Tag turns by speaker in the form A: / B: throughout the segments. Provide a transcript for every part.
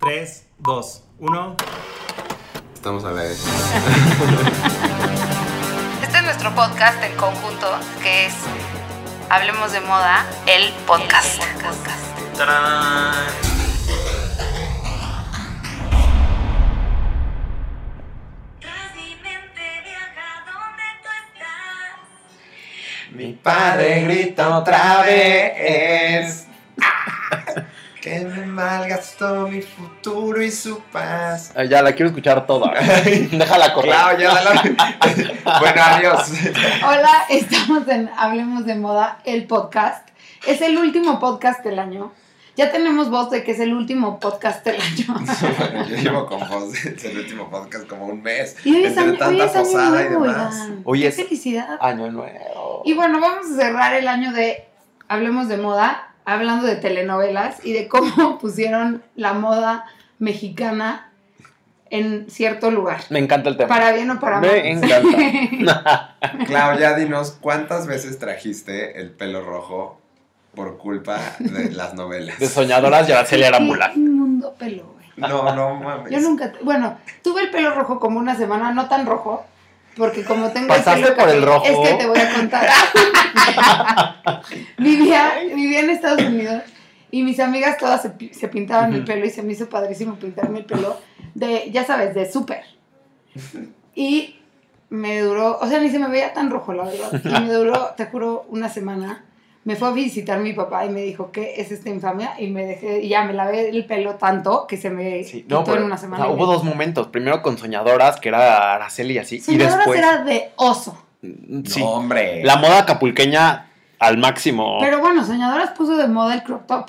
A: 3, 2, 1.
B: Estamos a la vez.
C: Este es nuestro podcast en conjunto, que es Hablemos de Moda, el podcast.
D: Tras mi mente viaja donde tú estás.
E: Mi padre grita otra vez. que me malgastó mi futuro y su paz.
F: Ah, Ya la quiero escuchar toda. Déjala correr.
E: Claro, ya la- Bueno, adiós.
G: Hola, estamos en Hablemos de Moda, el podcast. Es el último podcast del año. Ya tenemos voz de que es el último podcast del año.
E: Bueno, yo llevo con vos desde el último podcast como un mes.
G: Y hoy es
E: entre
G: año, hoy
E: tanta
G: es año
E: posada y
G: nuevo,
E: demás.
G: oigan.
F: Hoy
G: ¡Qué
F: es-
G: felicidad!
F: Año nuevo.
G: Y bueno, vamos a cerrar el año de Hablemos de Moda, hablando de telenovelas y de cómo pusieron la moda mexicana en cierto lugar.
F: Me encanta el tema.
G: Para bien o para
F: Me
G: mal.
F: encanta.
E: Claudia, dinos, ¿cuántas veces trajiste el pelo rojo por culpa de las novelas?
F: De soñadoras, ya se le hará
G: Qué inmundo pelo, güey.
E: No, no mames.
F: Pues.
G: Yo nunca, bueno, tuve el pelo rojo como una semana, no tan rojo, porque como tengo
F: Pasaste
G: pelo
F: por
G: café-
F: el rojo.
G: Es que te voy a contar. vivía, vivía en Estados Unidos y mis amigas todas se, pi- se pintaban el
F: Ujú.
G: pelo y se me hizo padrísimo pintarme el pelo de, ya sabes, de súper. Y me duró, o sea, ni se me veía tan rojo, la verdad. Y me duró, te juro, una semana. Me fue a visitar mi papá y me dijo, ¿qué es esta infamia? Y me dejé, y ya me lavé el pelo tanto que se me
F: Sí,
G: quitó
F: no, pero,
G: en una
F: o sea,
G: semana. y
F: hubo
G: media.
F: dos momentos. Primero con soñadoras, que era Araceli y así. y
G: Soñadoras
F: después.
G: era de oso.
F: Sí.
E: No, hombre.
F: La moda capulqueña al
E: Oh.
F: máximo.
G: Pero bueno, Soñadoras puso de moda el crop top.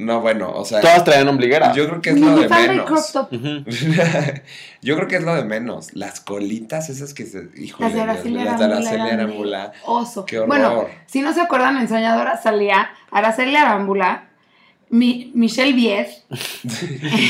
E: No, bueno, o sea,
F: Todas traían ombliguera.
E: yo creo que es
G: Mi
E: lo de
G: fan del crop
E: menos.
G: top.
F: Ujú.
E: Yo creo que es lo de menos. Las colitas esas que se. Híjole,
G: Las
E: Dios
G: de Araceli
E: mío, las de
G: Arámbula.
E: Araceli
G: eran de
E: Arámbula.
G: Oso.
E: Qué horror.
G: Bueno, si no se acuerdan, en Soñadoras salía Araceli Arámbula, mi, Michelle Viet,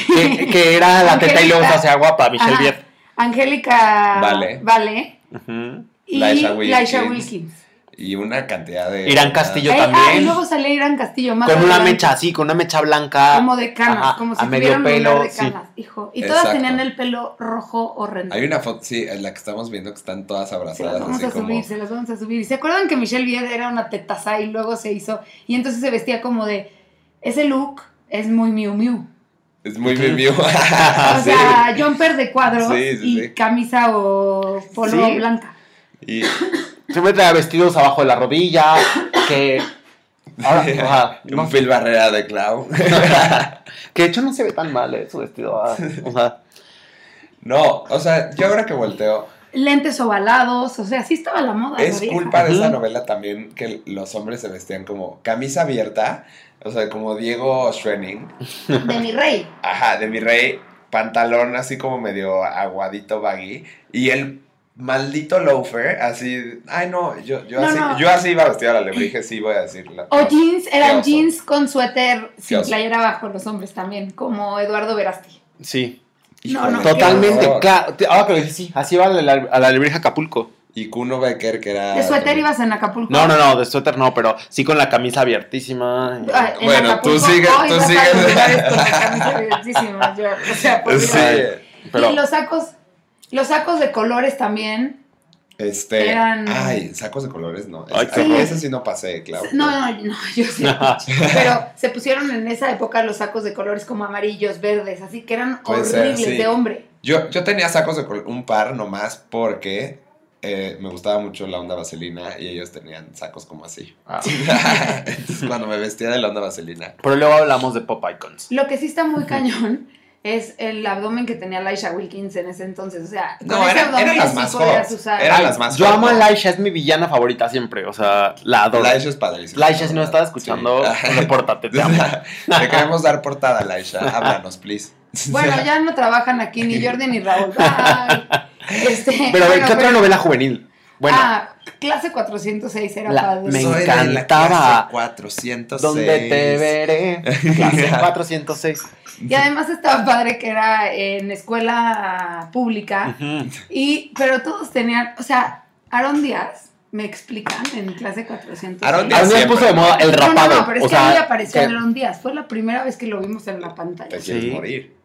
F: que, que era la teta y luego se
G: Angelita.
F: hacía guapa, Michelle
G: Ajá.
F: Viet.
G: Angélica
E: Vale.
F: Ujú.
G: y
E: Laisha
G: Laisha
E: Wilkins.
G: Wilkins.
E: Y una cantidad de.
F: Irán Castillo. Yo
G: Eh, Ah,
F: también.
G: y luego salía Irán Castillo. Más
F: Con una
G: adelante,
F: mecha así, con una mecha blanca.
G: Como de canas,
F: Ajá,
G: como
F: a
G: si
F: medio
G: tuvieran un lunar
F: pelo,
G: de
F: sí.
G: canas, hijo. Y todas
E: Exacto.
G: tenían el pelo rojo horrendo.
E: Hay una foto, sí, en la que estamos viendo que están todas
G: Se las
E: abrazadas,
G: vamos
E: así
G: a
E: como.
G: subir, se las vamos a subir. ¿Se acuerdan que Michelle Viet era una tetaza y luego se hizo? Y entonces se vestía como de. Ese look es muy Miu Miu.
E: Es muy bien vivo.
F: Ah,
G: o sea, jumper de cuadros
E: Sí, sí,
G: y
E: sí.
G: camisa o polo
F: Sí.
G: blanca.
E: Y
F: Siempre traía vestidos abajo de la rodilla, que... Ahora, ajá, no
E: un Phil Barrera de Clau.
F: Que de hecho no se ve tan mal eh, su vestido. ah, O sea,
E: No, o sea, yo ahora que volteo,
G: Lentes ovalados, o sea, así estaba la moda.
E: es
G: la vieja.
E: culpa de esa
F: Ujú.
E: novela también que los hombres se vestían como camisa abierta, o sea, como Diego Schwenning,
G: De mi rey.
E: Ajá, de mi rey, pantalón así como medio aguadito baggy. Y el maldito loafer, así. Ay, no, yo, yo,
G: No,
E: así,
G: no.
E: yo así iba a vestir a la alebrije, sí voy a decirlo.
G: O jeans, eran
E: oso.
G: jeans con suéter sin
E: oso.
G: playera abajo, los hombres también, como Eduardo Verasti.
F: sí.
G: No, no,
F: Totalmente, claro. te- Ahora que lo dices, sí. Así va a la, a la librería Acapulco.
E: Y Kuno Becker, que era.
G: De suéter ibas en Acapulco.
F: No, no, no, de suéter no, pero sí con la camisa abiertísima. y-
G: Ah, en
E: Bueno, tú
G: Acapulco,
E: sigues-
G: hoy
E: tú
G: vas a
E: sigues.
G: los lugares con la camisa abiertísima, yo, o sea, por
E: Sí,
G: Dios.
F: pero
G: Y los sacos, los sacos de colores también.
E: este.
G: Eran-
E: Ay, sacos de colores, no.
F: Ay,
E: Es-
F: qué
E: a-
G: horror.
E: Ese sí no pasé, claro.
G: No, no, no, yo sí. pero se pusieron en esa época los sacos de colores como amarillos, verdes, así que eran
E: Puede ser,
G: horribles
E: sí.
G: de hombre.
E: Yo, yo tenía sacos de colores, un par nomás, porque. eh, me gustaba mucho la onda vaselina y ellos tenían sacos como así.
F: ah,
E: Entonces, cuando me vestía de la onda vaselina,
F: pero luego hablamos de pop icons.
G: Lo que sí está muy cañón es el abdomen que tenía Laisha Wilkins en ese entonces. O sea,
E: No,
G: con ese
E: eran-
G: abdomen
E: eran las
G: sí
E: más
G: podías
E: hot.
G: usar.
E: Eran
F: Ay,
E: las más
F: Yo
E: hot,
F: amo a
E: ¿no?
F: Laisha, es mi villana favorita siempre. O sea, la adoro.
E: Laisha es padrísimo.
F: Laisha, si no estás escuchando, repórtate, te amo.
E: Le queremos dar portada, Laisha. Háblanos, please.
G: Bueno, ya no trabajan aquí ni Jordi ni Raúl. Bye. Este,
F: Pero a ver,
G: bueno,
F: ¿qué otra
G: pero-
F: novela juvenil? Bueno,
G: Ah, clase 406 era
F: La-
G: padre.
F: me
E: Soy de la
F: encantaba.
E: clase 406.
F: ¿dónde te veré? Clase 406.
G: Y además estaba padre que era en escuela pública.
F: Ujú.
G: Y, pero todos tenían, o sea, Aaron Díaz, me explican en clase 400.
E: Aaron
F: A mí me
E: Siempre.
F: puso de moda el
G: No,
F: rapado.
G: no, no, pero es
F: o
G: que
F: sea,
G: ahí apareció
F: que-
G: Aaron Díaz. Fue la primera vez que lo vimos en la
E: Te
G: pantalla.
E: quieres
F: Sí.
E: morir.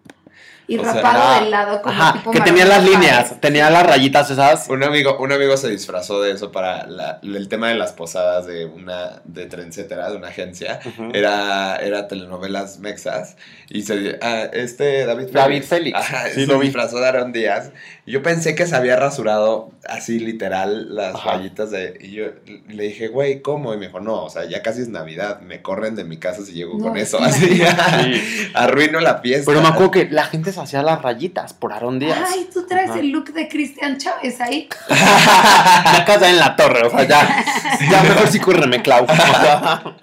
G: Y
A: O sea,
G: rapado
F: Ah,
G: del lado como
F: ajá,
G: tipo
F: que tenía las
G: Maroon five.
F: líneas, tenía las rayitas esas.
E: Un amigo, un amigo se disfrazó de eso para la- el tema de las posadas de una de etcétera, de una agencia. Era, era telenovelas mexas. Y se ah, este David Félix.
F: David Félix.
E: Ajá, se
F: Sí, lo vi.
E: disfrazó de Aaron Díaz. Yo pensé que se había rasurado así literal las
F: Ajá.
E: rayitas de. Y yo le dije, güey, ¿cómo? Y me dijo, no, o sea, ya casi es Navidad. Me corren de mi casa si llego
G: No,
E: con
G: es
E: eso.
G: que
E: Así arruino la fiesta.
F: Pero me acuerdo que la gente se hacía las rayitas por Aarón Díaz.
G: Ay, tú traes
F: Ajá.
G: el look de Cristian Chávez ahí.
F: la casa en la torre, o sea, ya. Ya mejor sí cúrreme, Clau. O sea,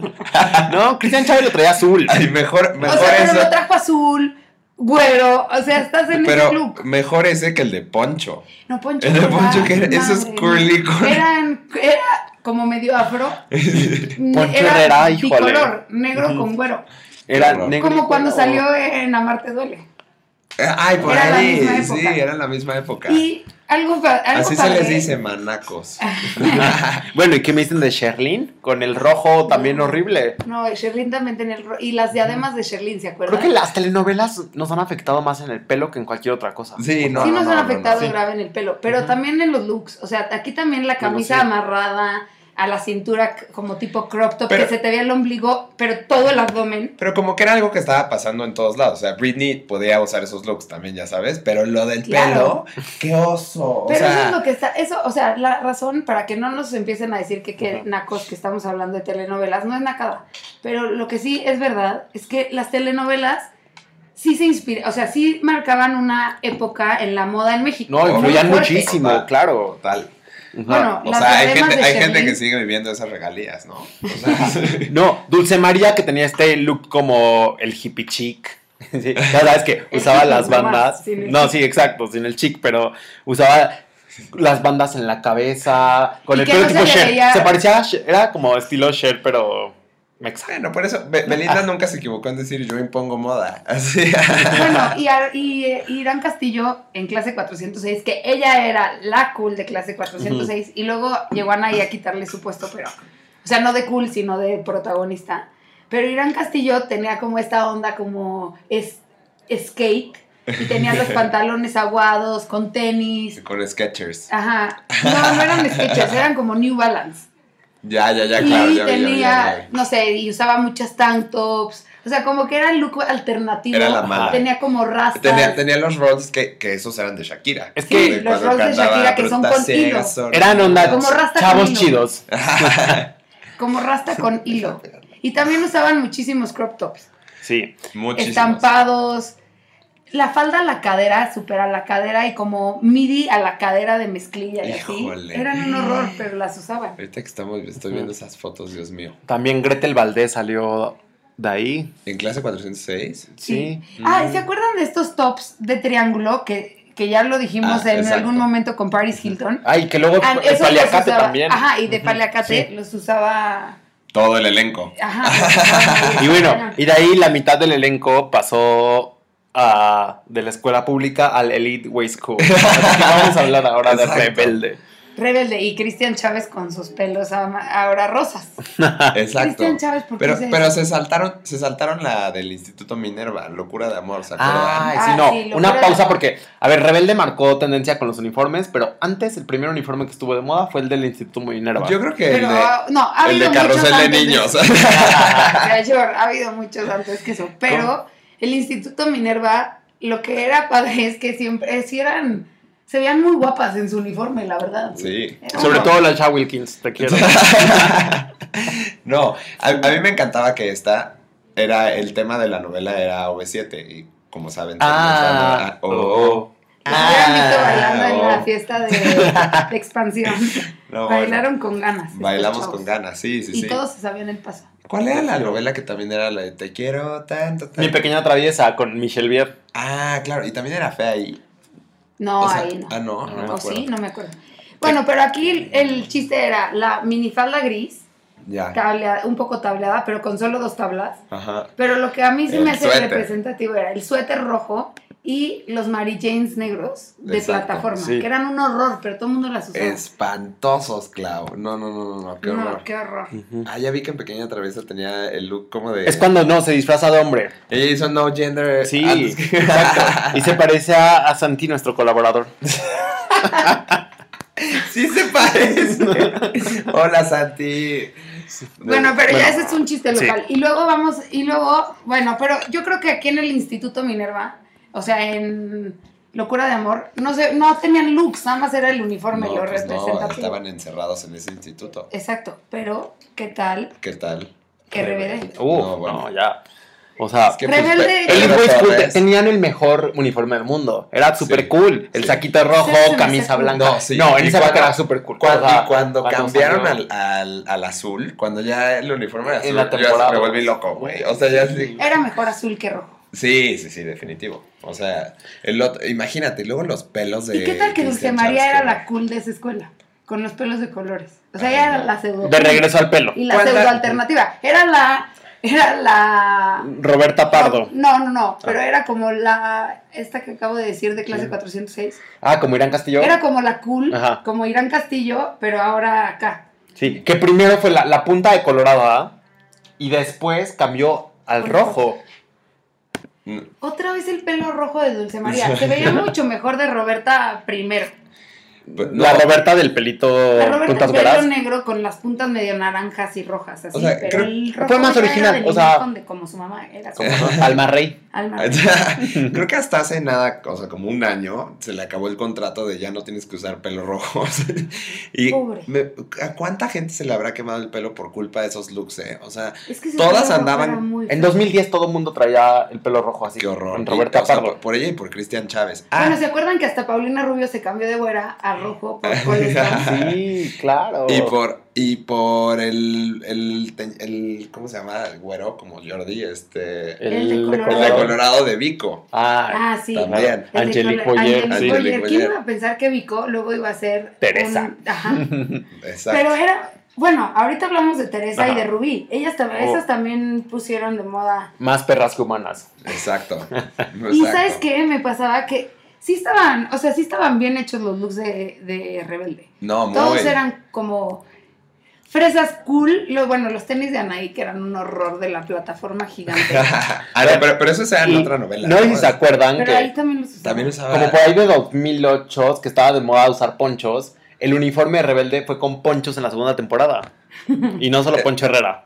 F: no, Cristian Chávez lo traía azul.
E: Ay, mejor,
G: O
E: mejor
G: sea, pero
E: eso.
G: lo trajo azul, güero. O sea, estás en ese
E: Pero
G: look.
E: mejor ese que el de Poncho.
G: No, Poncho.
E: El de
G: no,
E: Poncho
G: ay,
E: que era, eso es
G: madre,
E: curly con-
G: Eran, era como medio afro.
F: Poncho
G: era
F: Herrera, híjole.
G: bicolor, negro con güero.
F: Era
E: Como
F: negro. y
G: Como cuando
F: güero.
G: salió en Amarte Duele.
E: Ay, por
G: Era la
E: ahí.
G: misma
E: Sí,
G: época.
E: era la misma época.
G: Y algo, pa- algo
E: Así se
G: padre- Ah.
E: les dice, manacos.
F: Bueno, ¿y qué me dicen de Sherlyn? Con el rojo
G: Mm.
F: también horrible.
G: No, Sherlyn también tenía el ro- Y las diademas de Sherlyn, ¿se acuerdan?
F: Creo que las telenovelas nos han afectado más en el pelo que en cualquier otra cosa.
E: Sí, no.
G: sí
E: no,
G: nos
E: no,
G: han
E: no,
G: afectado
E: no.
G: grave en el pelo, pero también en los looks. O sea, aquí también la
F: Bueno,
G: camisa
F: sí.
G: amarrada, a la cintura c- como tipo crop top,
E: Pero-
G: que se te veía el ombligo, pero todo el abdomen.
E: Pero como que era algo que estaba pasando en todos lados. O sea, Britney podía usar esos looks también, ya sabes. Pero lo del pelo,
G: Claro.
E: qué oso. O
G: Pero
E: sea,
G: eso es lo que está, eso, o sea, la razón para que no nos empiecen a decir que, que nacos que estamos hablando de telenovelas, no es nacada, pero lo que sí es verdad es que las telenovelas sí se inspiran, o sea, sí marcaban una época en la moda en México.
F: No,
G: muy
F: influían
G: fuerte.
F: muchísimo,
E: Total.
F: claro.
E: Total.
F: Ajá.
G: Bueno,
E: O
G: las
E: sea, hay
G: diademas
E: gente,
G: de
E: hay gente
G: Sherlyn-
E: que sigue viviendo esas regalías, ¿no? O sea,
F: No, Dulce María que tenía este look como el hippie chic. Sí, ya sabes que usaba
G: hippie
F: las
G: nomás,
F: bandas.
G: sin el
F: No,
G: chic.
F: sí, exacto, sin el chic, pero usaba las bandas en la cabeza, con
G: Y
F: el
G: que
F: pelo
G: no se
F: tipo
G: le
F: Cher.
G: veía-
F: Se parecía a Cher, era como estilo Cher, pero mexa.
E: bueno, por eso Be-
G: Ah.
E: Belinda nunca se equivocó en decir yo impongo moda. Así.
G: Bueno, y, Ar- y, eh, Irán Castillo en clase 406, que ella era la cool de clase 406, y luego llegó Anaí a quitarle su puesto, pero, o sea, no de cool, sino de protagonista. Pero Irán Castillo tenía como esta onda como es, skate, y tenía los pantalones aguados, con tenis.
E: Con Sketchers.
G: Ajá. No, no eran sketches, eran como New Balance.
E: Ya, ya, ya,
G: y
E: claro. ya vi, ya vi, ya vi,
G: tenía,
E: ya vi.
G: no sé, y usaba muchas tank tops. O sea, como que era el look alternativo.
E: Era la mala.
G: Tenía como rastas.
E: Tenía, tenía los rolls que, que esos eran de Shakira.
F: Es
G: Sí,
F: que
G: los rolls de Shakira que son con hilo.
F: eran onda
G: Como Rasta
F: chavos
G: Camino.
F: chidos.
G: Como rasta con hilo. Y también usaban muchísimos crop tops.
F: Sí.
E: Muchísimas.
G: Estampados. La falda a la cadera, super a la cadera y como midi a la cadera de mezclilla y
E: Híjole.
G: así. Eran un horror, pero las usaban.
E: Ahorita que estamos, estoy viendo esas fotos, Dios mío.
F: También Gretel Valdés salió de ahí.
E: En clase 406.
F: Sí.
E: Mm.
G: Ah, ¿y ¿se acuerdan de estos tops de triángulo que, que ya lo dijimos
E: Ah,
G: en
E: exacto.
G: algún momento con Paris Hilton?
F: Ay, que luego
G: Ah,
F: el
G: esos los
F: paliacate
G: usaba-
F: también.
G: Ajá, y de paliacate los usaba.
E: Todo el elenco.
G: Ajá. los usaba
F: Y bueno,
G: Ajá.
F: y de ahí la mitad del elenco pasó a- de la escuela pública al Elite Way School. Así que vamos a hablar ahora de
E: Exacto.
F: Rebelde.
G: Rebelde y Cristian Chávez con sus pelos ama- ahora rosas.
F: Ah.
E: Exacto.
G: Cristian Chávez, ¿por qué
E: Pero,
G: es eso?
E: pero se saltaron, se saltaron la del Instituto Minerva, locura de amor, ¿se acuerdan?
F: Ay,
G: Ah,
F: sí, no,
G: sí, lo
F: una
G: creo.
F: pausa porque, a ver, Rebelde marcó tendencia con los uniformes, pero antes el primer uniforme que estuvo de moda fue el del Instituto Minerva.
E: Yo creo que el
G: Pero
E: de,
G: ah, no, ha
E: el
G: habido
E: de carrusel
G: muchos
E: de
G: antes
E: niños.
G: eso. Ah, O sea, George, ha habido muchos antes que eso. Pero el Instituto Minerva, lo que era padre es que siempre eh, sí eran, se veían muy guapas en su uniforme, la verdad.
E: sí.
G: Era
F: Sobre
G: una-
F: todo la Shaw Wilkins, te quiero.
E: No, a, a mí me encantaba que esta era el tema de la novela era OV7 y como saben,
F: ah,
E: tenemos la- oh, oh.
G: Los hubieran visto bailando en
E: oh.
G: la fiesta de, de expansión.
E: No, bueno.
G: Bailaron con ganas. estos
E: Bailamos
G: chavos.
E: con ganas, sí, sí,
G: Y
E: sí.
G: todos se sabían el paso.
E: ¿Cuál era la novela que también era la de Te quiero tanto? tanto?
F: Mi pequeña traviesa con Michelle Bier.
E: Ah, claro, y también era fea ahí.
G: No,
E: O sea,
G: ahí no.
E: Ah, no, no me
G: ¿O
E: acuerdo.
G: sí? No me acuerdo. Bueno, pero aquí el, el chiste era la minifalda gris,
E: Ya.
G: tableada- un poco tableada, pero con solo dos tablas.
E: Ajá.
G: Pero lo que a mí se
E: El
G: me hace
E: suéter.
G: representativo era el suéter rojo y los Mary Janes negros de
E: Exacto,
G: plataforma,
F: sí.
G: que eran un horror, pero todo el mundo las usaba.
E: Espantosos, Clau. No, no, no, no, no, qué
G: no,
E: horror.
G: qué horror.
E: Ah, ya vi que en Pequeña Travesa tenía el look como de...
F: Es cuando no, se disfraza de hombre.
E: Ella hizo No Gender
F: Sí,
E: antes que-
F: exacto. Y se parece a, a Santi, nuestro colaborador.
E: sí se parece. Hola, Santi.
G: Bueno, pero ya ese es un chiste
F: sí.
G: local. Y luego vamos, y luego, bueno, pero yo creo que aquí en el Instituto Minerva, o sea, en Locura de Amor, no sé, no tenían looks, nada más era el uniforme
E: No,
G: lo
E: pues no,
G: representativo.
E: estaban encerrados en ese instituto.
G: Exacto, pero ¿qué tal
E: ¿Qué tal?
G: RBD?
F: Uh,
E: No,
F: no,
E: bueno.
F: ya. O sea,
E: Es que, pues,
G: Rebelde.
E: pe-
F: el
E: Pedro
F: Boy Scout
E: Torres-
F: tenían el mejor uniforme del mundo. Era súper
E: Sí,
F: cool. El
E: sí.
F: saquito rojo,
G: Sí, se me hace
F: camisa
G: cool.
F: blanca.
E: No,
F: No,
E: sí.
F: en
E: Y
F: esa época
E: cuando-
F: era súper cool.
E: Cuando,
F: O sea,
E: y cuando cambiaron
F: salió-
E: al, al, al azul, cuando ya el uniforme era azul,
F: En la
E: yo ya
F: temporada.
E: me volví loco, güey. O sea, ya sí.
G: Era mejor azul que rojo.
E: Sí, sí, sí, definitivo. O sea, el otro, imagínate, y luego los pelos de.
F: este,
G: ¿Y qué tal que Dulce
E: Cristian
G: María
E: Chasco?
G: era la cool de esa escuela? Con los pelos de colores. O sea,
E: Ay,
G: ella era
E: no.
G: la pseudo.
F: De regreso al pelo.
G: Y la
E: ¿Cuánta-
G: pseudo alternativa. Era la. Era la.
F: Roberta Pardo. Ah.
G: No, no, no. Pero era como la. Esta que acabo de decir de clase 406.
F: Ah, como Irán Castillo.
G: Era como la cool.
F: Ajá.
G: Como Irán Castillo, pero ahora acá.
F: Sí, que primero fue la, la punta de Colorado, ¿ah? Y después cambió al rojo.
G: Otra vez el pelo rojo de Dulce María. Se veía mucho mejor de Roberta primero.
E: Pues, no,
F: La Roberta del pelito
G: La Roberta
F: Eh, puntas
G: el pelo
F: veras.
G: negro con las puntas medio naranjas y rojas. Así,
E: O sea,
G: pero
E: creo-
G: el
F: fue
G: rojo
F: más
G: ya era
F: original,
G: del
F: o sea-
G: Lincoln de como su mamá era. Como
F: Alma Rey.
G: Alma.
E: Creo que hasta hace nada, o sea, como un año, se le acabó el contrato de ya no tienes que usar pelo rojo. y
G: Pobre.
E: me- ¿a cuánta gente se le habrá quemado el pelo por culpa de esos looks, eh? O sea,
G: Es que ese
E: Todas
G: pelo rojo
E: andaban-
G: era muy
F: En
G: feo.
F: 2010 todo el mundo traía el pelo rojo así.
E: qué horror.
F: Con
E: Y,
F: Roberta
E: o sea,
F: Pardo.
E: por, por ella y por Cristian Chávez.
G: Bueno,
E: Ah,
G: ¿se acuerdan que hasta Paulina Rubio se cambió de güera a rojo por Colestón?
F: Sí, claro.
E: Ah, y por, y por el, el, te- el- ¿cómo se llama? El güero, como Jordi, este...
G: El de
F: de
E: El de
G: Colorado.
E: Colorado de Vico.
F: Ah,
G: Ah, sí.
E: También.
G: El de
F: Angelique
G: Cole- Angelique
F: Boyer,
E: sí.
G: Boyer.
E: Angelique
G: ¿Quién
E: Boyer.
G: iba a pensar que Vico luego iba a ser...
F: Teresa.
G: un- Ajá.
E: Exacto.
G: Pero era... Bueno, ahorita hablamos de Teresa y
F: Ajá.
G: de Rubí. Ellas también,
F: Oh.
G: esas también pusieron de moda.
F: más perras que humanas.
E: Exacto.
G: Y
E: exacto.
G: ¿sabes qué? Me pasaba que sí estaban... O sea, sí estaban bien hechos los looks de, de Rebelde.
E: No, muy.
G: Todos eran como fresas cool. Lo, bueno, los tenis de Anaí, que eran un horror de la plataforma gigante.
E: Ah, no, pero, pero eso era en
F: Y
E: otra novela.
F: No sé si se acuerdan
G: Pero ahí
F: que,
G: también los usaba.
E: También usaba.
F: como por ahí de 2008, que estaba de moda usar ponchos, el uniforme de rebelde fue con ponchos en la segunda temporada. Y no solo Poncho Herrera.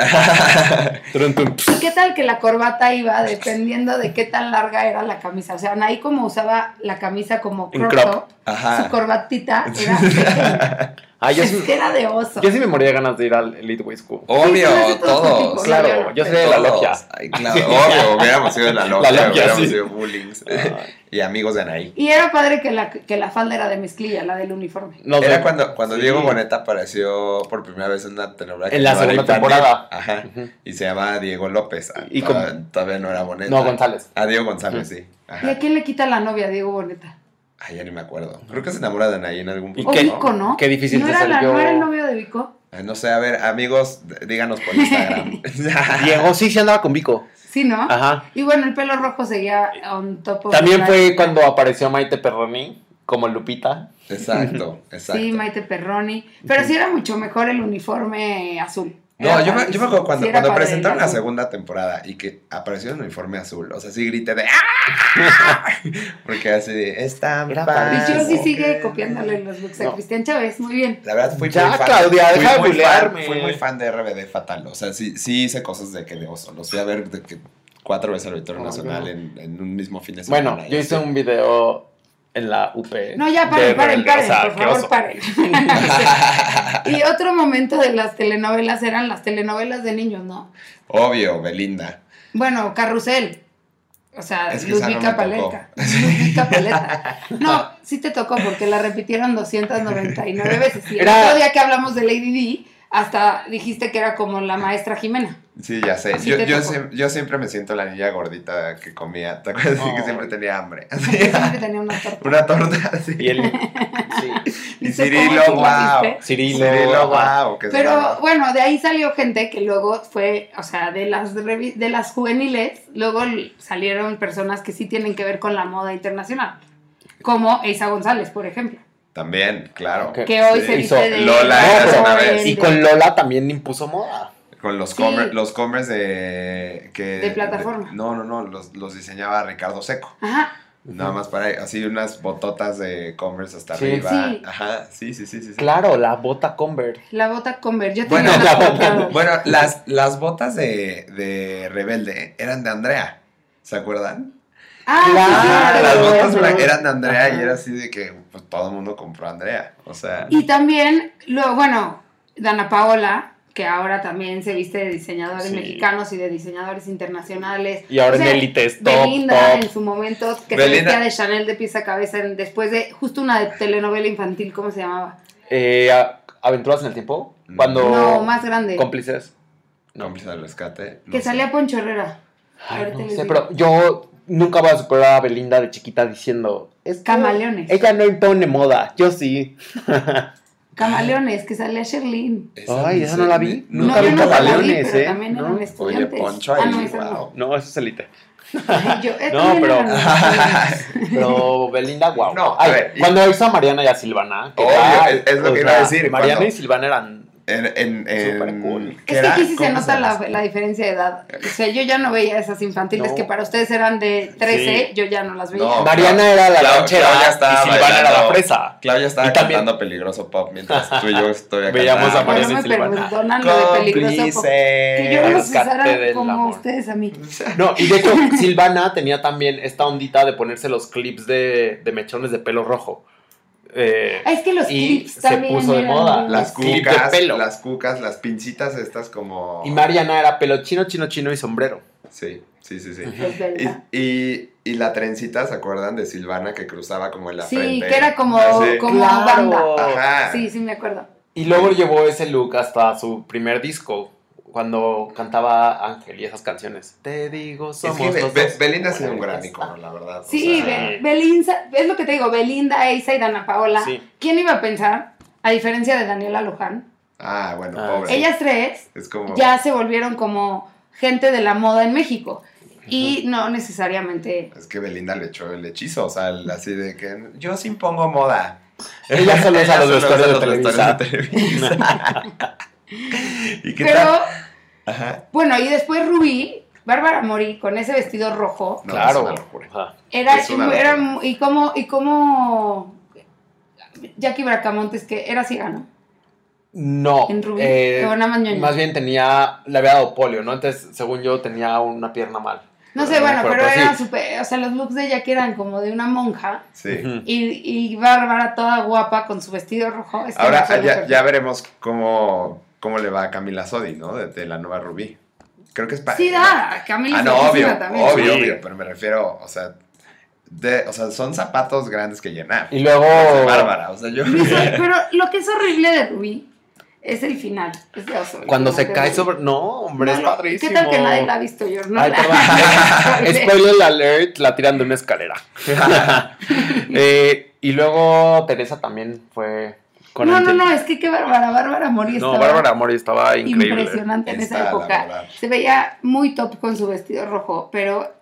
F: Trun, trun, pss.
G: ¿Y qué tal que la corbata iba dependiendo de qué tan larga era la camisa? O sea, Anaí como usaba la camisa como
F: En
G: crop,
F: crop.
G: top, su
E: Ajá.
G: corbatita era pequeña.
F: Ah, yo,
G: Es
F: sí,
G: que era de oso.
F: yo sí me moría de ganas de ir al Elite Way School.
E: Obvio,
G: Sí, se me hace todo
E: todos.
G: típico,
F: Claro,
G: la verdad.
F: yo sé. de la logia.
E: Ay, claro, obvio, hubiéramos sido de la logia,
F: La logia,
E: hubiéramos
F: sí.
E: sido bullings
F: Ah,
E: y amigos de Anaí.
G: Y era padre que la, que la falda era de mezclilla, la del uniforme.
F: nos
E: Era
F: vemos.
E: cuando, cuando
F: Sí.
E: Diego Boneta apareció por primera vez en una telenovela. que
F: En la
E: se llamaba
F: segunda
E: Infantil.
F: temporada.
E: Ajá.
F: Ujú.
E: Y se llamaba Diego López. Ah,
F: Y
E: todavía,
F: con-
E: todavía no era Boneta.
F: No, González.
E: Ah, Diego González, sí.
G: ¿Y a
E: Ajá.
G: quién le quita la novia, Diego Boneta?
E: Ay, ya ni me acuerdo. Creo que se enamora de Anaí en algún
F: ¿Y
G: O
E: punto.
F: qué?
G: Vico, ¿no?
F: Qué difícil
G: ¿No
F: se
G: era, la-
F: salió.
G: ¿No era el novio de Vico?
E: Ay, no sé, a ver, amigos, d- díganos por Instagram.
F: Diego sí se andaba con Vico.
G: Sí, ¿no?
E: Ah.
F: Ajá.
G: Y bueno, el pelo rojo seguía on top of
F: También
G: the
F: fue
G: night.
F: cuando apareció Maite Perroni como Lupita.
E: Exacto, exacto.
G: Sí, Maite Perroni. Pero sí era mucho mejor el uniforme azul.
E: No,
G: Era
E: yo me, yo me
G: padrísimo.
E: acuerdo cuando,
G: Sí era
E: cuando
G: padre el
E: presentaron la
G: azul.
E: segunda temporada y que apareció el uniforme azul, o sea, sí grité de ¡Ah! Porque así de, está
F: Era
G: Y
F: padrísimo.
G: Jordi sigue copiándole los looks a
F: No.
G: Cristian Chávez, muy bien.
E: La verdad, fui
F: Ya,
E: muy fan.
F: Claudia,
E: fui
F: deja de
E: muy fan-
F: bulearme.
E: Fui muy fan de RBD Fatal, o sea, sí, sí hice cosas de que de oso, los fui a ver de que cuatro veces al Auditorio
F: Oh,
E: Nacional
F: no.
E: en, en un mismo fin de semana.
F: Bueno,
E: y
F: yo
E: así.
F: hice un video en la UP.
G: No, ya,
F: de
G: paren, paren,
F: Rebelde,
G: paren,
F: o sea,
G: por
F: qué
G: favor,
F: oso.
G: paren. y otro momento de las telenovelas eran las telenovelas de niños, ¿no?
E: Obvio, Belinda.
G: Bueno, Carrusel. O sea,
E: Es que esa no
G: Ludvica
E: me tocó.
G: Paleta. Ludvica Paleta. No, sí te tocó porque la repitieron 299 veces. Y el
F: Era-
G: otro día que hablamos de Lady Di, hasta dijiste que era como la maestra Jimena.
E: Sí, ya sé.
G: Así
E: Yo,
G: te
E: yo,
G: tocó.
E: siem- yo siempre me siento la niña gordita que comía. ¿Te acuerdas? Sí, que
F: Oh.
E: siempre tenía hambre.
G: Yo siempre tenía una torta.
E: Una torta así.
F: Y el Sí.
E: Y
G: ¿Viste
E: Cirilo,
G: cómo
E: wow.
G: lo hiciste?
F: Cirilo.
E: Cirilo,
F: ajá.
E: wow. Que se
G: Pero
E: llama.
G: bueno, de ahí salió gente que luego fue, o sea, de las, revi- de las juveniles, luego l- salieron personas que sí tienen que ver con la moda internacional, como Eiza González, por ejemplo,
E: También, claro.
F: Ok.
G: que hoy
E: Sí.
G: se
F: Hizo
G: dice de...
E: Lola
G: de-
F: eras una
G: de-
E: vez.
F: Y
G: de-
F: con Lola también impuso moda.
E: Con los,
G: Sí.
E: comer- los comers de... Que,
G: De plataforma.
E: de- no, no, no, los, los diseñaba Ricardo Seco.
G: Ajá,
E: Nada más para así unas bototas de Converse hasta
F: Sí.
E: arriba.
G: Sí.
E: Ajá, sí, sí, sí, sí. sí.
F: Claro, la bota Convert.
G: la bota Converse. Yo
E: Bueno,
G: tenía una
F: la bota-
G: comprada.
E: Bueno, las, las botas de, de Rebelde eran de Andrea. ¿Se acuerdan?
G: Ah,
F: Claro,
G: sí,
E: las
G: claro.
E: botas
F: claro.
E: blan- eran de Andrea y
F: Ajá.
E: era así de que pues, todo el mundo compró a Andrea. O sea,
G: Y también, luego, bueno, Dana Paola, que ahora también se viste de diseñadores
F: Sí.
G: mexicanos y de diseñadores internacionales.
F: Y ahora
G: O sea,
F: en élite es top,
G: Belinda
F: top.
G: en su momento, que se
E: Belinda.
G: vestía de Chanel de pieza a cabeza en- después de justo una telenovela infantil, ¿cómo se llamaba?
F: Eh, a- ¿Aventuras en el tiempo? Cuando...
G: No, más grande.
F: Mm. Cómplices. No.
E: cómplice del rescate. no
G: que
E: sé.
G: salía Poncho Herrera.
F: Ay,
G: Ahorita
F: no
G: les
F: sé,
G: digo.
F: pero yo nunca voy a superar a Belinda de chiquita diciendo... Es que
G: Camaleones.
F: Ella no impone moda, yo sí.
G: Camaleones, que salía Sherlyn.
F: Ay, esa no la vi.
E: No,
F: Nunca
G: yo
F: vi
G: no la vi,
F: Camaleones,
G: pero
F: ¿eh?
G: También
F: No.
G: eran
F: Oye,
E: Oye,
G: estudiantes.
E: Poncho
G: Ah, no,
E: ahí,
G: esa no.
E: wow.
F: No, eso es élite.
G: Ay, yo, eh,
F: No,
G: también
F: pero-
G: eran estudiantes.
F: Pero Belinda, wow.
E: No,
F: Ay,
E: a ver, y-
F: Cuando hizo a Mariana y a Silvana.
E: Obvio,
F: era-
E: es- es lo
F: o
E: que iba a
F: sea,
E: decir,
F: Mariana
E: cuando-
F: y Silvana eran.
E: En, en, en-
F: Súper cool.
E: ¿qué
G: Es que
E: era?
G: aquí sí se
E: ¿Cómo
G: nota la,
E: llama?
G: la diferencia de edad. O sea, yo ya no veía esas infantiles
F: No.
G: que para ustedes eran de 13, yo ya no las veía.
E: No.
F: Mariana era la
E: Claro,
F: ranchera
E: Claudia
F: y
E: estaba
F: Silvana era la
E: bailando.
F: fresa.
E: Claudia estaba
F: Y también-
E: cantando peligroso pop mientras tú y yo estoy acá.
F: Veíamos a
E: Ah,
G: Pero
F: Mariana
G: no me
F: y Silvana.
G: perdonan lo de peligroso. porque
E: Cómplice.
G: yo no los
F: rescate
G: usara
F: del
G: como
F: amor.
G: ustedes a mí.
F: No, y de hecho, Silvana tenía también esta ondita de ponerse los clips de, de mechones de pelo rojo. Eh,
G: Ah, Es que los
F: Y
G: clips
F: se
G: también
F: puso de
G: eran
F: moda.
G: muy-
E: Las
F: Clip de
E: cucas,
F: pelo.
E: las cucas, las pincitas estas como...
F: y Mariana era pelo chino, chino, chino y sombrero.
E: Sí, sí, sí, sí.
G: Es verdad.
E: Y, y, y la trencita, ¿se acuerdan de Silvana que cruzaba como en la
G: Sí,
E: frente?
G: que era como,
E: Sí.
G: como
F: Claro.
G: banda.
E: Ajá.
G: Sí, sí, me acuerdo.
F: Y luego llevó ese look hasta su primer disco, cuando cantaba Ángel y esas canciones. Te digo,
E: Es
F: somos
E: que Be-
F: los
E: Be-
F: dos.
E: Belinda ha sido un gran
F: gráfico
E: icono, la verdad. o
G: Sí,
E: sea,
G: Be- Belinda, es lo que te digo, Belinda, Eisa y Dana Paola.
F: Sí.
G: ¿Quién iba a pensar, a diferencia de Daniela Luján,
E: Ah, bueno,
F: Ah,
E: pobre.
F: sí.
G: ellas tres
E: es como...
G: ya se volvieron como gente de la moda en México. Y no necesariamente.
E: Es que Belinda le echó el hechizo, o sea, el- así de que yo sí pongo moda.
F: Ella solo usa los
E: solo usa
F: vestuarios de
E: los
F: Televisa.
E: vestuarios de Televisa. ¿Y qué
G: Pero,
E: tal? Ajá.
G: bueno, y después Rubí, Bárbara Mori, con ese vestido rojo,
E: No,
F: claro.
E: es una locura.
F: Ajá.
G: era.
E: Es una
G: era-
E: locura.
G: y como. Y como Jackie Bracamontes, que era cigano.
F: No.
G: ¿En rubí?
F: eh,
G: ¿O nada más ñoño?
F: más bien tenía, le había dado polio, ¿no? Entonces, según yo, tenía una pierna mal.
G: No sé,
F: Pero
G: bueno,
F: no me acuerdo,
G: pero
F: pero
G: eran
F: sí.
G: súper. O sea, los looks de Jackie eran como de una monja.
E: Sí.
F: Ujú.
G: Y, y Bárbara toda guapa con su vestido rojo. es que me
E: Ahora
G: acuerdo
E: ya,
G: perfecto.
E: ya veremos cómo, cómo le va a Camila Sodi, ¿no? De, de la nueva Rubí. Creo que es para...
G: Sí, da, Camila
E: Ah,
G: es
E: no, obvio,
G: guapísima también.
E: obvio,
F: Sí.
E: obvio, pero me refiero, o sea, de, o sea, son zapatos grandes que llenar.
F: Y luego.
E: Es Bárbara, o sea, yo...
G: Pero eso- Pero lo que es horrible de Rubí es el final. es de "Oh, oso, el
F: Cuando
G: final
F: se
G: de
F: cae
G: Rubí.
F: sobre. No, hombre,
G: No,
F: es
G: no,
F: padrísimo.
G: ¿Qué tal que nadie la ha visto yo? No
F: Ay,
G: la-
F: perdón. Spoiler alert, la tiran de una escalera. Eh, y luego Teresa también fue con
G: No, no,
F: Antel-
G: no, es que qué Bárbara, Bárbara Mori
F: No,
G: estaba
F: Bárbara Mori estaba increíble.
G: impresionante en
E: Está,
G: esa
E: la
G: época.
E: verdad.
G: Se veía muy top con su vestido rojo, pero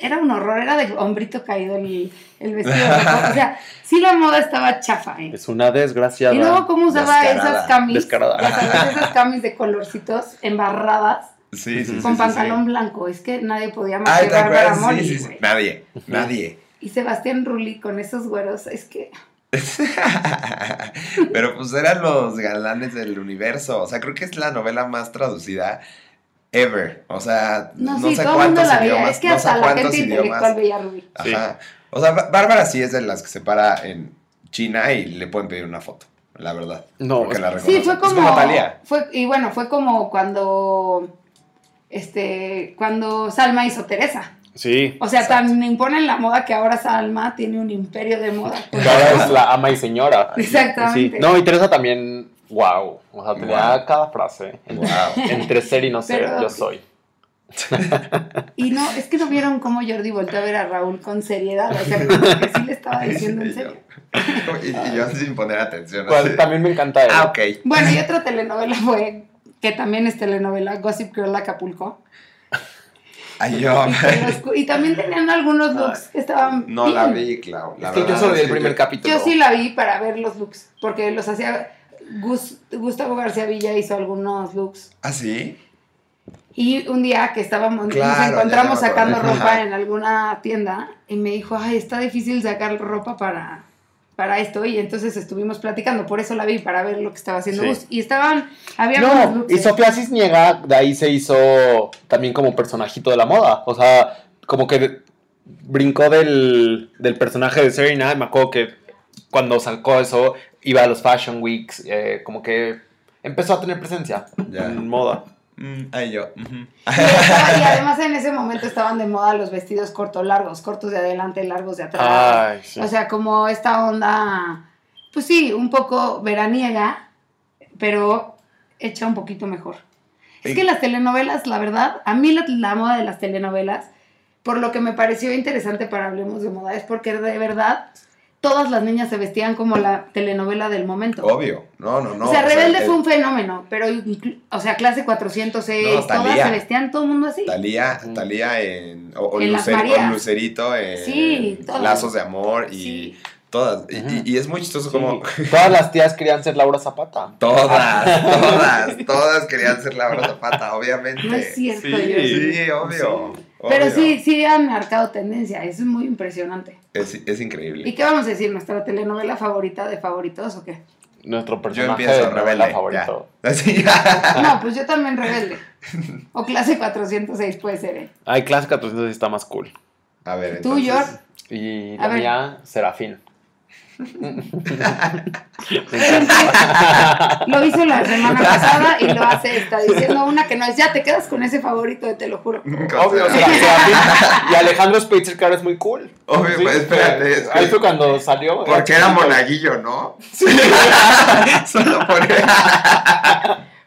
G: era un horror, era de hombrito caído el, el vestido rojo. O sea, sí la moda estaba chafa, ¿eh?
F: Es una desgraciada.
G: Y luego cómo usaba
E: Descarada.
G: esas camis,
F: Descarada.
G: ya sabes, esas camis de colorcitos embarradas
E: Sí, sí, sí.
G: con
E: sí,
G: pantalón
E: sí.
G: blanco. Es que nadie podía más
E: Ay,
G: que
E: ¿te
G: Bárbara
E: acuerdas?
G: Mori.
E: Sí, sí, sí.
G: güey.
E: Nadie, nadie.
G: Y Sebastián Rulli con esos güeros, es que
E: Pero pues eran los galanes del universo. O sea, creo que es la novela más traducida ever. O sea,
G: no,
E: no,
G: sí,
E: sé
G: todo el mundo
E: cuántos
G: la veía.
E: idiomas.
G: Es que
E: no sé
G: hasta la
E: cuántos
G: gente intelectual
E: idiomas.
G: veía a Rubí.
E: Ajá. O sea, Bá- Bárbara sí es de las que se para en China y le pueden pedir una foto, la verdad.
F: No,
E: Porque la
G: Sí,
E: reconocen.
G: fue como.
E: Es como Talía.
G: fue, y bueno, fue como cuando. Este, cuando Salma hizo Teresa.
F: Sí.
G: O sea, tan imponen la moda que ahora Salma tiene un imperio de moda.
F: Que ahora es la ama y señora.
G: Exactamente.
F: Sí. No, y Teresa también, wow. O sea, tenía
E: Guau.
F: cada frase.
E: Wow.
F: Entre ser y no ser,
G: Pero-
F: yo soy.
G: Y no, es que no vieron cómo Jordi volteó a ver a Raúl con seriedad. O sea, como que sí le estaba diciendo en
E: Y yo-
G: serio.
E: y, y yo sin poner atención.
F: Cual
E: así.
F: también me encanta.
E: Ah,
F: él.
E: ok.
G: Bueno, y otra telenovela fue, que también es telenovela, Gossip Girl Acapulco.
E: Ay, yo.
G: Pero oscu- Y también tenían algunos looks que estaban.
E: No la
G: bien.
E: vi, Clau. la
F: es que yo
E: verdad
F: solo vi
E: es
F: el
E: que
F: primer
E: yo-
F: capítulo.
G: Yo sí la vi para ver los looks, porque los hacía. Gus- Gustavo García Villa hizo algunos looks.
E: ¿Ah, sí?
G: Y un día que estábamos,
E: Claro,
G: nos
E: ya
G: encontramos
E: me acordé.
G: sacando ropa
E: Ajá.
G: en alguna tienda y me dijo, ay, está difícil sacar ropa para, para esto. Y entonces estuvimos platicando, por eso la vi, para ver lo que estaba haciendo
F: Sí.
G: Gus. Y estaban, había unos
F: No,
G: looks,
F: y
G: ¿eh?
F: Sofía Cisniega de ahí se hizo también como personajito de la moda. O sea, como que brincó del, del personaje de Serena. Me acuerdo que cuando sacó eso, iba a los Fashion Weeks. eh, como que empezó a tener presencia
E: Ya.
F: en moda.
E: Mm, ay, yo. ujú.
G: Y estaba- y además en ese momento estaban de moda los vestidos cortos largos, cortos de adelante, largos de atrás.
F: Ay, Ah, sí.
G: O sea, como esta onda, pues sí, un poco veraniega, pero hecha un poquito mejor. Es que las telenovelas, la verdad, a mí la, la moda de las telenovelas, por lo que me pareció interesante para Hablemos de Moda, es porque de verdad todas las niñas se vestían como la telenovela del momento.
E: Obvio. No, no, eh, no.
G: o sea, Rebelde
E: el-
G: fue un fenómeno, pero, inclu- o sea, clase 406,
E: No,
G: todas
E: Thalía.
G: se vestían todo el mundo así.
E: Talía,
F: Ujú.
E: Talía en, o, o
G: En Las
E: Lucer- o
G: Marías.
E: Lucerito en
G: Sí, todas.
E: Lazos de Amor y
G: Sí.
E: todas. Y,
F: Ajá.
E: y- y es muy chistoso
F: Sí.
E: como
F: Todas las tías querían ser Laura Zapata.
E: todas, todas, todas querían ser Laura Zapata, obviamente.
G: No es cierto,
E: sí,
G: yo sí.
E: sí, obvio.
G: Pero
E: obvio.
G: sí, sí han marcado tendencia, eso es muy impresionante.
E: Es, es increíble.
G: ¿Y qué vamos a decir? ¿Nuestra telenovela favorita de favoritos o qué?
F: Nuestro
E: Yo
F: personaje
E: empiezo
F: de novela
E: rebelde.
F: favorito.
E: ya. Así, ya.
G: No, pues yo también rebelde. O clase 406 puede ser, ¿eh?
F: Ay, Clásica 300 está más cool.
E: A ver,
G: Tú,
E: entonces,
G: York.
F: Y
G: A
F: la
G: ver.
F: mía, Serafín.
E: pues
G: Lo hizo la semana pasada y lo hace esta, diciendo una que no es, ya te quedas con ese favorito, te lo juro.
E: con
F: Obvio,
E: Serafín.
F: Serafín. Serafín. Y Alejandro Spitzer, claro, es muy cool.
E: Obvio, pues, espérate, es que-
F: Ahí fue cuando salió.
E: Porque era
F: chiquito.
E: monaguillo, ¿no? Solo por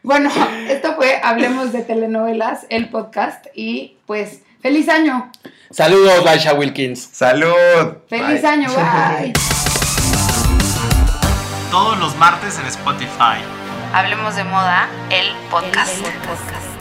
G: Bueno, esto fue Hablemos de Telenovelas, el podcast, y pues, ¡feliz año!
F: Saludos, Laisha Wilkins.
E: Salud.
G: ¡Feliz
E: Bye.
G: año! ¡Bye!
H: Todos los martes en Spotify.
C: Hablemos de moda, el podcast.
I: El- el podcast.